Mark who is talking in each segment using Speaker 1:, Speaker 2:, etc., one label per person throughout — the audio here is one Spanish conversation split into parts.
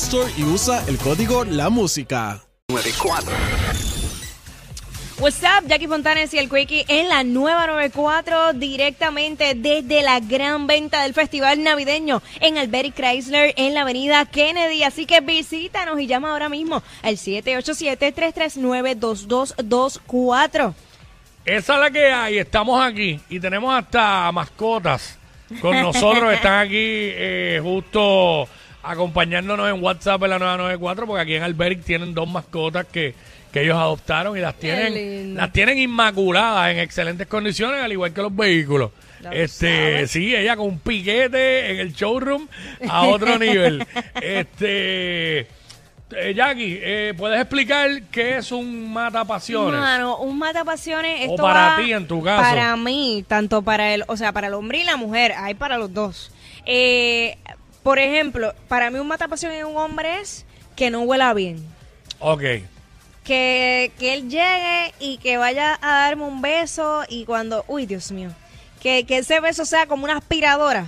Speaker 1: Store y usa el código La Música.
Speaker 2: 94.
Speaker 3: What's up, Jackie Fontanes y el Quickie en la nueva 94, directamente desde la gran venta del Festival Navideño en Albert Chrysler en la avenida Kennedy. Así que visítanos y llama ahora mismo al 787-339-2224.
Speaker 4: Esa es la que hay, estamos aquí y tenemos hasta mascotas con nosotros, están aquí eh, justo acompañándonos en WhatsApp en la 994 porque aquí en Alberic tienen dos mascotas que, que ellos adoptaron y las tienen las tienen inmaculadas en excelentes condiciones al igual que los vehículos. Este, sí, ella con un piquete en el showroom a otro nivel. Este, eh, Jackie, eh, ¿puedes explicar qué es un matapasiones?
Speaker 3: Mano, un matapasiones.
Speaker 4: O
Speaker 3: esto
Speaker 4: para
Speaker 3: va
Speaker 4: ti, en tu caso.
Speaker 3: Para mí, tanto para el, o sea, para el hombre y la mujer, hay para los dos. Eh, por ejemplo, para mí un matapasiones en un hombre es que no huela bien.
Speaker 4: Ok.
Speaker 3: Que, que él llegue y que vaya a darme un beso y cuando, uy, Dios mío, que, que ese beso sea como una aspiradora.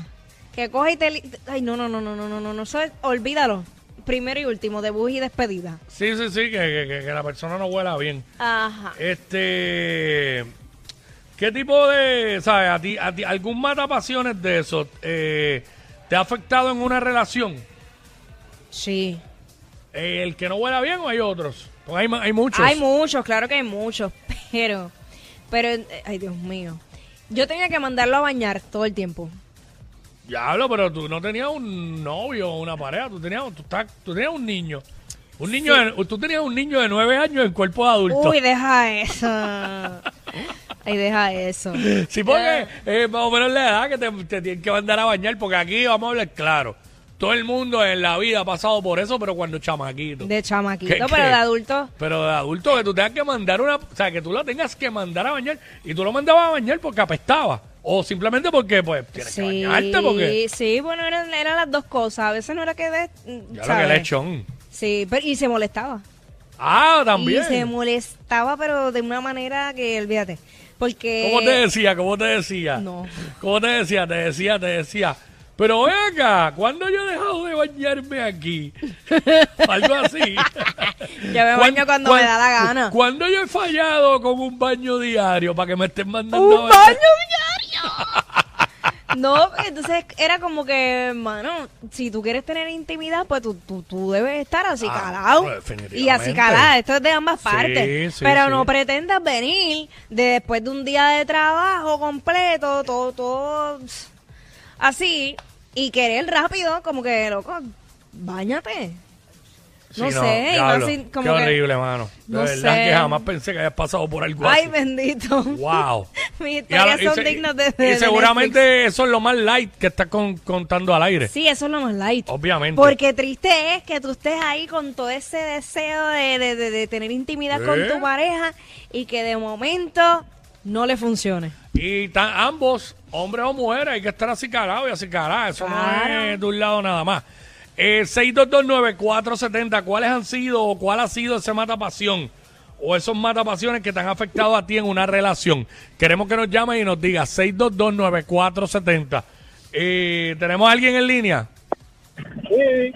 Speaker 3: Que coge y te... li- Ay, no, no, no, no, no, no, no, no, eso es- olvídalo. Primero y último, debut y despedida.
Speaker 4: Sí, sí, sí, que, que- que- que la persona no huela bien.
Speaker 3: Ajá.
Speaker 4: Este. ¿Qué tipo de. ¿Sabes? A ti, a ti, ¿Algún matapasiones de eso eh, te ha afectado en una relación?
Speaker 3: Sí.
Speaker 4: Eh, ¿El que no huela bien o hay otros? Porque hay, ma- hay muchos.
Speaker 3: Hay muchos, claro que hay muchos, pero, pero, eh, ay Dios mío, yo tenía que mandarlo a bañar todo el tiempo.
Speaker 4: Diablo, pero tú no tenías un novio o una pareja, tú tenías, tú, estás- tú tenías un niño. Un niño de- tú tenías un niño de nueve años en cuerpo de adulto.
Speaker 3: Uy, deja eso. Ay, deja eso.
Speaker 4: Sí, porque eh, más o menos la edad que te, te tienen que mandar a bañar, porque aquí vamos a hablar claro. Todo el mundo en la vida ha pasado por eso, pero cuando chamaquito.
Speaker 3: De chamaquito,
Speaker 4: ¿Qué-
Speaker 3: pero
Speaker 4: qué?
Speaker 3: de adulto.
Speaker 4: Pero de adulto, que tú tengas que mandar una. O sea, que tú la tengas que mandar a bañar. Y tú lo mandabas a bañar porque apestaba. O simplemente porque, pues, tienes que bañarte porque.
Speaker 3: sí, bueno, eran, eran las dos cosas. A veces no era que de, mm,
Speaker 4: Ya lo
Speaker 3: ¿sabes?
Speaker 4: que lechón.
Speaker 3: Sí, pero, y se molestaba.
Speaker 4: Ah, también.
Speaker 3: Y se molestaba, pero de una manera que, olvídate, porque...
Speaker 4: ¿Cómo te decía? ¿Cómo te decía?
Speaker 3: Eh, No.
Speaker 4: ¿Cómo te decía? Te decía, te decía. Pero ven acá, ¿cuándo yo he dejado de bañarme aquí? Algo así.
Speaker 3: Yo me baño cuando me da la gana.
Speaker 4: ¿Cuándo yo he fallado con un baño diario para que me estén mandando
Speaker 3: ¡Un
Speaker 4: a bañar?
Speaker 3: baño
Speaker 4: este
Speaker 3: diario! No, porque entonces era como que, mano, si tú quieres tener intimidad, pues tú, tú, tú debes estar así
Speaker 4: Ah,
Speaker 3: calado.
Speaker 4: pues, definitivamente.
Speaker 3: y así calada, esto es de ambas
Speaker 4: Sí,
Speaker 3: partes.
Speaker 4: sí,
Speaker 3: Pero
Speaker 4: sí.
Speaker 3: no pretendas venir de después de un día de trabajo completo, todo, todo pss, así, y querer rápido, como que, loco, bañate. No
Speaker 4: Sí,
Speaker 3: sé, y
Speaker 4: diablo,
Speaker 3: más sin- como
Speaker 4: qué
Speaker 3: que-
Speaker 4: horrible, mano. De
Speaker 3: no
Speaker 4: verdad
Speaker 3: sé.
Speaker 4: que jamás pensé que hayas pasado por algo
Speaker 3: Ay,
Speaker 4: así.
Speaker 3: bendito.
Speaker 4: Wow.
Speaker 3: Mis
Speaker 4: Y a la-
Speaker 3: historias son
Speaker 4: se-
Speaker 3: dignas de,
Speaker 4: y
Speaker 3: de- de
Speaker 4: seguramente
Speaker 3: Netflix.
Speaker 4: eso es lo más light que estás con- contando al aire.
Speaker 3: Sí, eso es lo más light.
Speaker 4: Obviamente.
Speaker 3: Porque triste es que tú estés ahí con todo ese deseo de, de- de- de tener intimidad con
Speaker 4: ¿Eh?
Speaker 3: tu pareja y que de momento no le funcione.
Speaker 4: Y tan- ambos, hombres o mujeres, hay que estar así y así Eso no
Speaker 3: Claro.
Speaker 4: es de un lado nada más. Eh, 6229470, ¿cuáles han sido o cuál ha sido ese matapasión? O esos matapasiones que te han afectado a ti en una relación. Queremos que nos llamen y nos digas 6229470. Eh, ¿Tenemos a alguien en línea?
Speaker 5: Sí,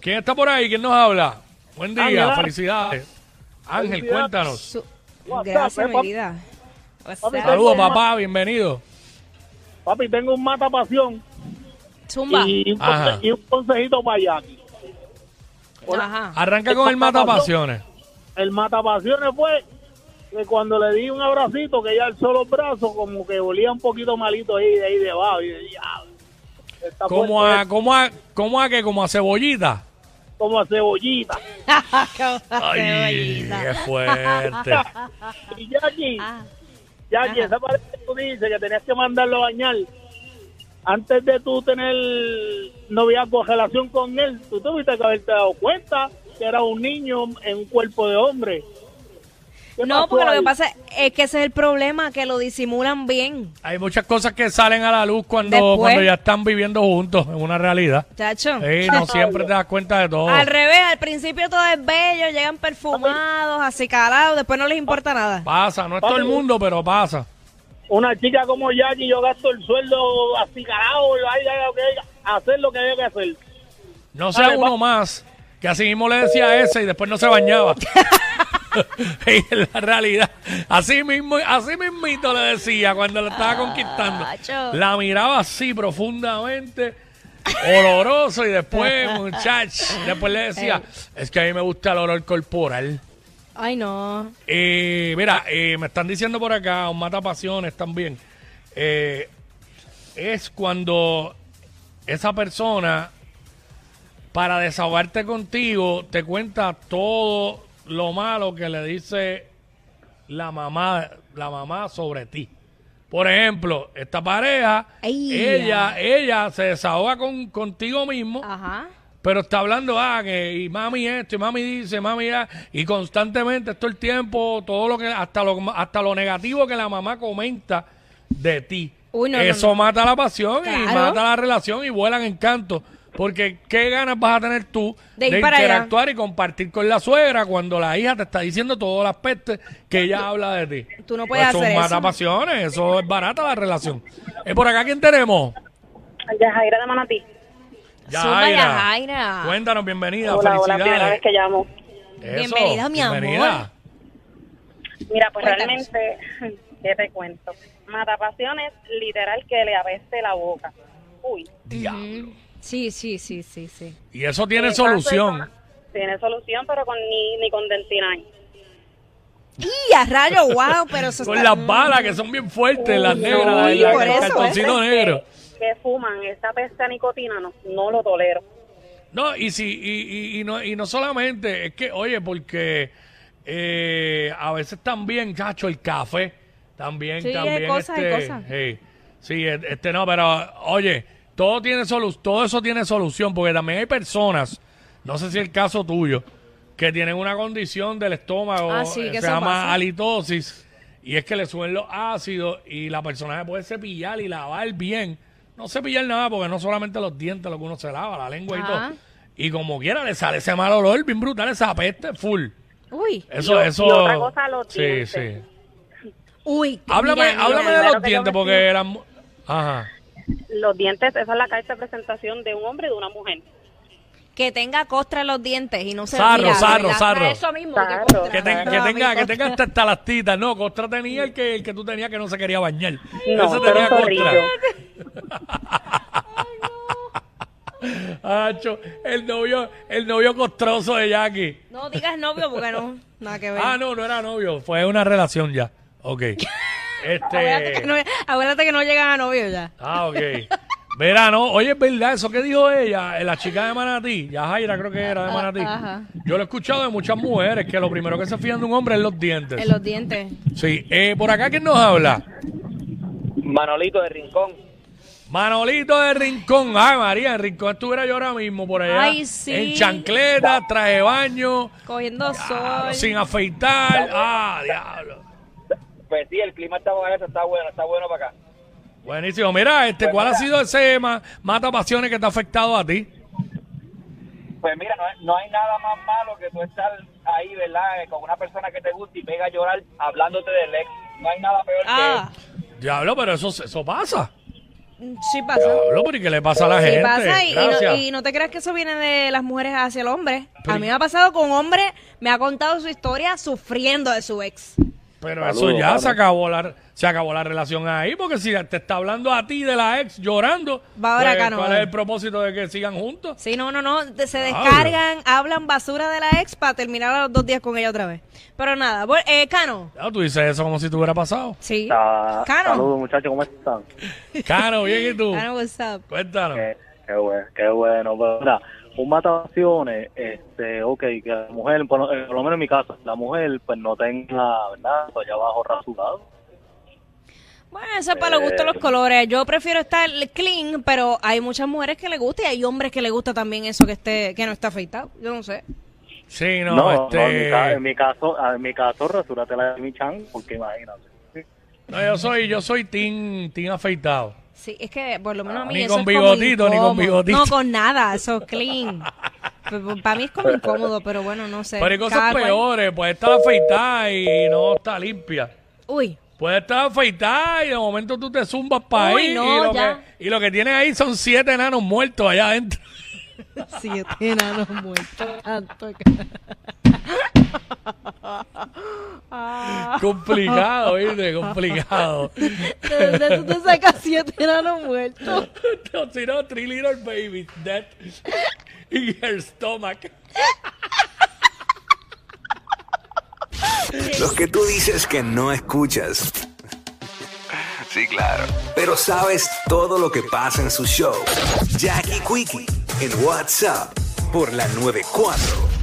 Speaker 4: ¿Quién está por ahí? ¿Quién nos habla? Buen día,
Speaker 5: Ángela.
Speaker 4: felicidades. Ángel,
Speaker 5: Felicidades.
Speaker 4: cuéntanos.
Speaker 3: Su-
Speaker 5: What's
Speaker 3: Gracias,
Speaker 5: up, eh,
Speaker 3: mi
Speaker 5: pap-
Speaker 3: vida.
Speaker 5: Papi,
Speaker 3: What's up?
Speaker 4: Saludos, papá, bienvenido.
Speaker 5: papi, tengo un mata pasión.
Speaker 3: Zumba.
Speaker 5: Y, un
Speaker 4: Ajá.
Speaker 5: conse- y un consejito para Jackie.
Speaker 3: Ajá.
Speaker 4: Arranca con el mata pasiones.
Speaker 5: El matapasiones fue que cuando le di un abracito, que ya el solo brazo como que olía un poquito malito ahí de ahí debajo. Y yo, "Ya, está
Speaker 4: Como
Speaker 5: fuerte
Speaker 4: a, como a, como a que, como a cebollita.
Speaker 5: esto, como a cebollita.
Speaker 4: Ay, qué fuerte.
Speaker 5: Y Jackie,
Speaker 3: Ah.
Speaker 5: Jackie, esa pared que tú dices que tenías que mandarlo a bañar. Antes de tú tener noviazgo o relación con él, tú tuviste que haberte dado cuenta que era un niño en un cuerpo de hombre. ¿Qué
Speaker 3: No,
Speaker 5: pasó
Speaker 3: porque lo que
Speaker 5: ahí?
Speaker 3: pasa es que ese es el problema, que lo disimulan bien.
Speaker 4: Hay muchas cosas que salen a la luz cuando,
Speaker 3: Después.
Speaker 4: cuando ya están viviendo juntos en una realidad.
Speaker 3: Chacho.
Speaker 4: Sí, no siempre te das cuenta de todo.
Speaker 3: Al revés, al principio todo es bello, llegan perfumados, acicalados, después no les importa nada.
Speaker 4: Pasa, no es todo el mundo, pero pasa.
Speaker 5: una chica como Jackie, yo gasto el sueldo así carajo, ay, ay, ok, hacer lo que haya que hacer.
Speaker 4: No sea
Speaker 5: Dale,
Speaker 4: uno
Speaker 5: va.
Speaker 4: más, que así mismo le decía a ese y después no se bañaba. y en la realidad, así mismo, así mismito le decía cuando lo estaba conquistando.
Speaker 3: Acho.
Speaker 4: La miraba así profundamente, oloroso, y después, muchacho, después le decía, es que a mí me gusta el olor corporal.
Speaker 3: Ay, no.
Speaker 4: Eh, mira, eh, me están diciendo por acá, un mata pasiones también. eh, es cuando esa persona, para desahogarte contigo, te cuenta todo lo malo que le dice la mamá, la mamá sobre ti. Por ejemplo, esta pareja,
Speaker 3: Ey.
Speaker 4: ella, ella se desahoga con, contigo mismo.
Speaker 3: Ajá.
Speaker 4: Pero está hablando, ah, que y mami esto, y mami dice, mami ya, y constantemente todo el tiempo, todo lo que, hasta lo, hasta lo negativo que la mamá comenta de ti.
Speaker 3: Uy, no, no,
Speaker 4: Eso
Speaker 3: no.
Speaker 4: mata la pasión y
Speaker 3: Claro.
Speaker 4: mata la relación y vuelan encanto. Porque qué ganas vas a tener tú
Speaker 3: De
Speaker 4: de,
Speaker 3: ir para allá.
Speaker 4: interactuar y compartir con la suegra cuando la hija te está diciendo todas las pestes que ella habla de ti.
Speaker 3: Tú no puedes
Speaker 4: Eso
Speaker 3: hacer eso.
Speaker 4: mata pasiones, eso es barata la relación. ¿Es por acá quién tenemos?
Speaker 2: Yajaira de Manatí.
Speaker 3: Zumba,
Speaker 4: Yajaira.
Speaker 3: Yajaira.
Speaker 4: Cuéntanos, bienvenida.
Speaker 2: Hola, hola,
Speaker 4: felicidades.
Speaker 2: primera vez que llamo.
Speaker 4: Eso,
Speaker 3: Bienvenida, mi amor.
Speaker 2: Mira, pues
Speaker 3: Cuéntanos.
Speaker 2: realmente, ¿qué te cuento? Matapasiones, literal, que le apeste la boca. Uy.
Speaker 4: Diablo.
Speaker 3: Sí, sí, sí, sí, sí.
Speaker 4: Y eso tiene
Speaker 2: Esa
Speaker 4: solución.
Speaker 2: persona Tiene solución, pero con ni, ni con dentinay.
Speaker 3: Y a rayo, wow, pero eso
Speaker 4: Con
Speaker 3: está-
Speaker 4: las balas que son bien fuertes, las
Speaker 2: Uy,
Speaker 4: negras,
Speaker 3: no,
Speaker 4: las-
Speaker 3: y
Speaker 4: las-
Speaker 3: por
Speaker 4: el
Speaker 3: eso,
Speaker 4: cartoncito
Speaker 2: ¿eh?
Speaker 4: negro.
Speaker 2: Que fuman esta peste a nicotina, no, no lo tolero.
Speaker 4: No, y si, y, y- y no, y no solamente, es que, oye, porque eh, a veces también, chacho, el café, también,
Speaker 3: Sí, hay
Speaker 4: también.
Speaker 3: cosas, hay
Speaker 4: este,
Speaker 3: cosas.
Speaker 4: sí, sí, e- este no, pero oye, todo tiene solu todo eso tiene solución, porque también hay personas, no sé si el caso tuyo, que tienen una condición del estómago, eh,
Speaker 3: Ah, sí, que
Speaker 4: se
Speaker 3: eso
Speaker 4: llama
Speaker 3: pasa.
Speaker 4: halitosis, y es que le suben los ácidos y la persona se puede cepillar y lavar bien. No cepillar nada, porque no solamente los dientes lo que uno se lava, la lengua y
Speaker 3: Ajá.
Speaker 4: todo. Y como quiera le sale ese mal olor, bien brutal, esa peste full.
Speaker 3: Uy,
Speaker 4: Eso,
Speaker 2: Y o-
Speaker 4: eso.
Speaker 2: y otra cosa, los
Speaker 4: sí,
Speaker 2: dientes.
Speaker 4: sí.
Speaker 3: uy.
Speaker 4: Háblame,
Speaker 3: mira, mira.
Speaker 4: háblame de
Speaker 2: claro
Speaker 4: los
Speaker 2: que
Speaker 4: dientes,
Speaker 2: lo
Speaker 4: porque
Speaker 2: decimos.
Speaker 4: eran. mu- Ajá.
Speaker 2: Los dientes, esa es la carta de presentación de un hombre y de una mujer.
Speaker 3: Que tenga costra en los dientes y no se
Speaker 4: Sarro,
Speaker 3: mira,
Speaker 4: sarro,
Speaker 3: ¿verdad?
Speaker 4: sarro.
Speaker 3: Eso mismo.
Speaker 2: Sarro.
Speaker 3: Que, costra.
Speaker 4: Que, te-
Speaker 2: Ajá.
Speaker 4: que
Speaker 3: Ah,
Speaker 4: tenga,
Speaker 3: mi
Speaker 4: que
Speaker 3: costra.
Speaker 4: tenga hasta estalactitas. No, Costra tenía el que, el que tú tenías que no se quería bañar.
Speaker 2: No,
Speaker 4: Ese
Speaker 2: tú
Speaker 4: tenía
Speaker 2: eres un
Speaker 4: Costra. Acho, el novio, el novio costroso de Jackie.
Speaker 3: No digas novio porque no, nada que ver.
Speaker 4: Ah, no, no era novio, fue una relación ya. Ok.
Speaker 3: Acuérdate, que no,
Speaker 4: Este.
Speaker 3: acuérdate que no llegan a novio ya.
Speaker 4: Ah, ok. Verano, oye, es verdad, eso que dijo ella, eh, la chica de Manatí, ya Jaira creo que era de Manatí.
Speaker 3: Ah, ajá.
Speaker 4: Yo lo he escuchado de muchas mujeres que lo primero que se fían de un hombre es los dientes.
Speaker 3: En los dientes.
Speaker 4: Sí, eh, por acá, ¿quién nos habla?
Speaker 6: Manolito de Rincón.
Speaker 4: Manolito de Rincón. Ay, María, en Rincón estuviera yo ahora mismo por allá.
Speaker 3: Ay, sí.
Speaker 4: En chancleta, traje de baño,
Speaker 3: Cogiendo
Speaker 4: ah,
Speaker 3: sol.
Speaker 4: sin afeitar. Ah, diablo.
Speaker 6: Pues sí, el clima está bueno, está bueno, está bueno para acá.
Speaker 4: Buenísimo. Mira, este, ¿cuál ha sido ese ma- mata pasiones que te ha afectado a ti?
Speaker 6: Pues mira, no, hay- no hay nada más malo que tú estar ahí, ¿verdad? Eh, Con una persona que te gusta y pega a llorar hablándote del ex. No hay nada peor
Speaker 3: Ah,
Speaker 4: Diablo, pero eso, eso pasa.
Speaker 3: sí pasa.
Speaker 4: Diablo, pero ¿y qué le pasa a la
Speaker 3: Sí
Speaker 4: gente?
Speaker 3: pasa y, y no,
Speaker 4: Gracias.
Speaker 3: y no te creas que eso viene de las mujeres hacia el hombre.
Speaker 4: Pero-
Speaker 3: a mí me ha pasado con hombre, me ha contado su historia sufriendo de su ex.
Speaker 4: Pero
Speaker 6: Saludos,
Speaker 4: eso ya se
Speaker 6: mano.
Speaker 4: acabó la se acabó la relación ahí, porque si te está hablando a ti de la ex llorando, pues,
Speaker 3: Va ahora acá, no
Speaker 4: ¿cuál
Speaker 3: va.
Speaker 4: es el propósito de que sigan juntos?
Speaker 3: Sí, no, no, no. te- Se descargan, hablan basura de la ex para terminar a los dos días con ella otra vez. Pero nada, vol- eh, Cano.
Speaker 4: Ya, tú dices eso como si te hubiera pasado.
Speaker 3: Sí.
Speaker 6: Ah,
Speaker 3: Cano.
Speaker 6: Saludos, muchachos, ¿cómo están?
Speaker 4: Caro, bien, ¿y tú?
Speaker 3: Cano, what's up?
Speaker 4: Cuéntanos.
Speaker 6: Qué, qué bueno, qué bueno. Pero mira, un mataciones, este, ok, que la mujer, por lo, eh, por lo menos en mi caso, la mujer pues no tenga, ¿verdad? Pues allá abajo rasurado.
Speaker 3: Bueno, eso es para los gustos los colores. Yo prefiero estar clean, pero hay muchas mujeres que le gusta y hay hombres que le gusta también eso que esté que no está afeitado. Yo no sé.
Speaker 4: Sí, no,
Speaker 6: No, no, en, mi,
Speaker 4: este...
Speaker 6: ca- en mi caso, ah, en mi caso, rasúrate la de mi chan, porque imagínate.
Speaker 4: No, yo soy, yo soy team, team afeitado.
Speaker 3: Sí, es que por lo menos a mí
Speaker 4: Ni
Speaker 3: eso
Speaker 4: con
Speaker 3: es como
Speaker 4: bigotito, ni con
Speaker 3: incómodo.
Speaker 4: bigotito.
Speaker 3: No, con nada, eso es clean. Pues, para mí es como incómodo, pero bueno, no sé.
Speaker 4: Pero hay cosas
Speaker 3: Cada cual-
Speaker 4: peores, puede estar afeitada y no está limpia.
Speaker 3: Uy,
Speaker 4: Puede estar afeitada y de momento tú te zumbas para
Speaker 3: Uy,
Speaker 4: ahí
Speaker 3: no,
Speaker 4: y, lo
Speaker 3: ya.
Speaker 4: que, y lo que tienes ahí son siete enanos muertos allá adentro.
Speaker 3: siete enanos muertos. Tanto que-
Speaker 4: complicado, ¿viste? Complicado.
Speaker 3: ¿De dónde tú te sacas siete enanos muertos?
Speaker 4: no, si no, three little babies dead in her stomach.
Speaker 7: Los que tú dices que no escuchas. Sí, claro. Pero sabes todo lo que pasa en su show. Jackie Quickie en WhatsApp por la 94.